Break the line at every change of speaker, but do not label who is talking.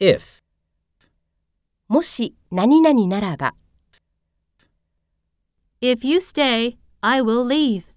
if,
もし何々ならば。
If you stay, I will leave.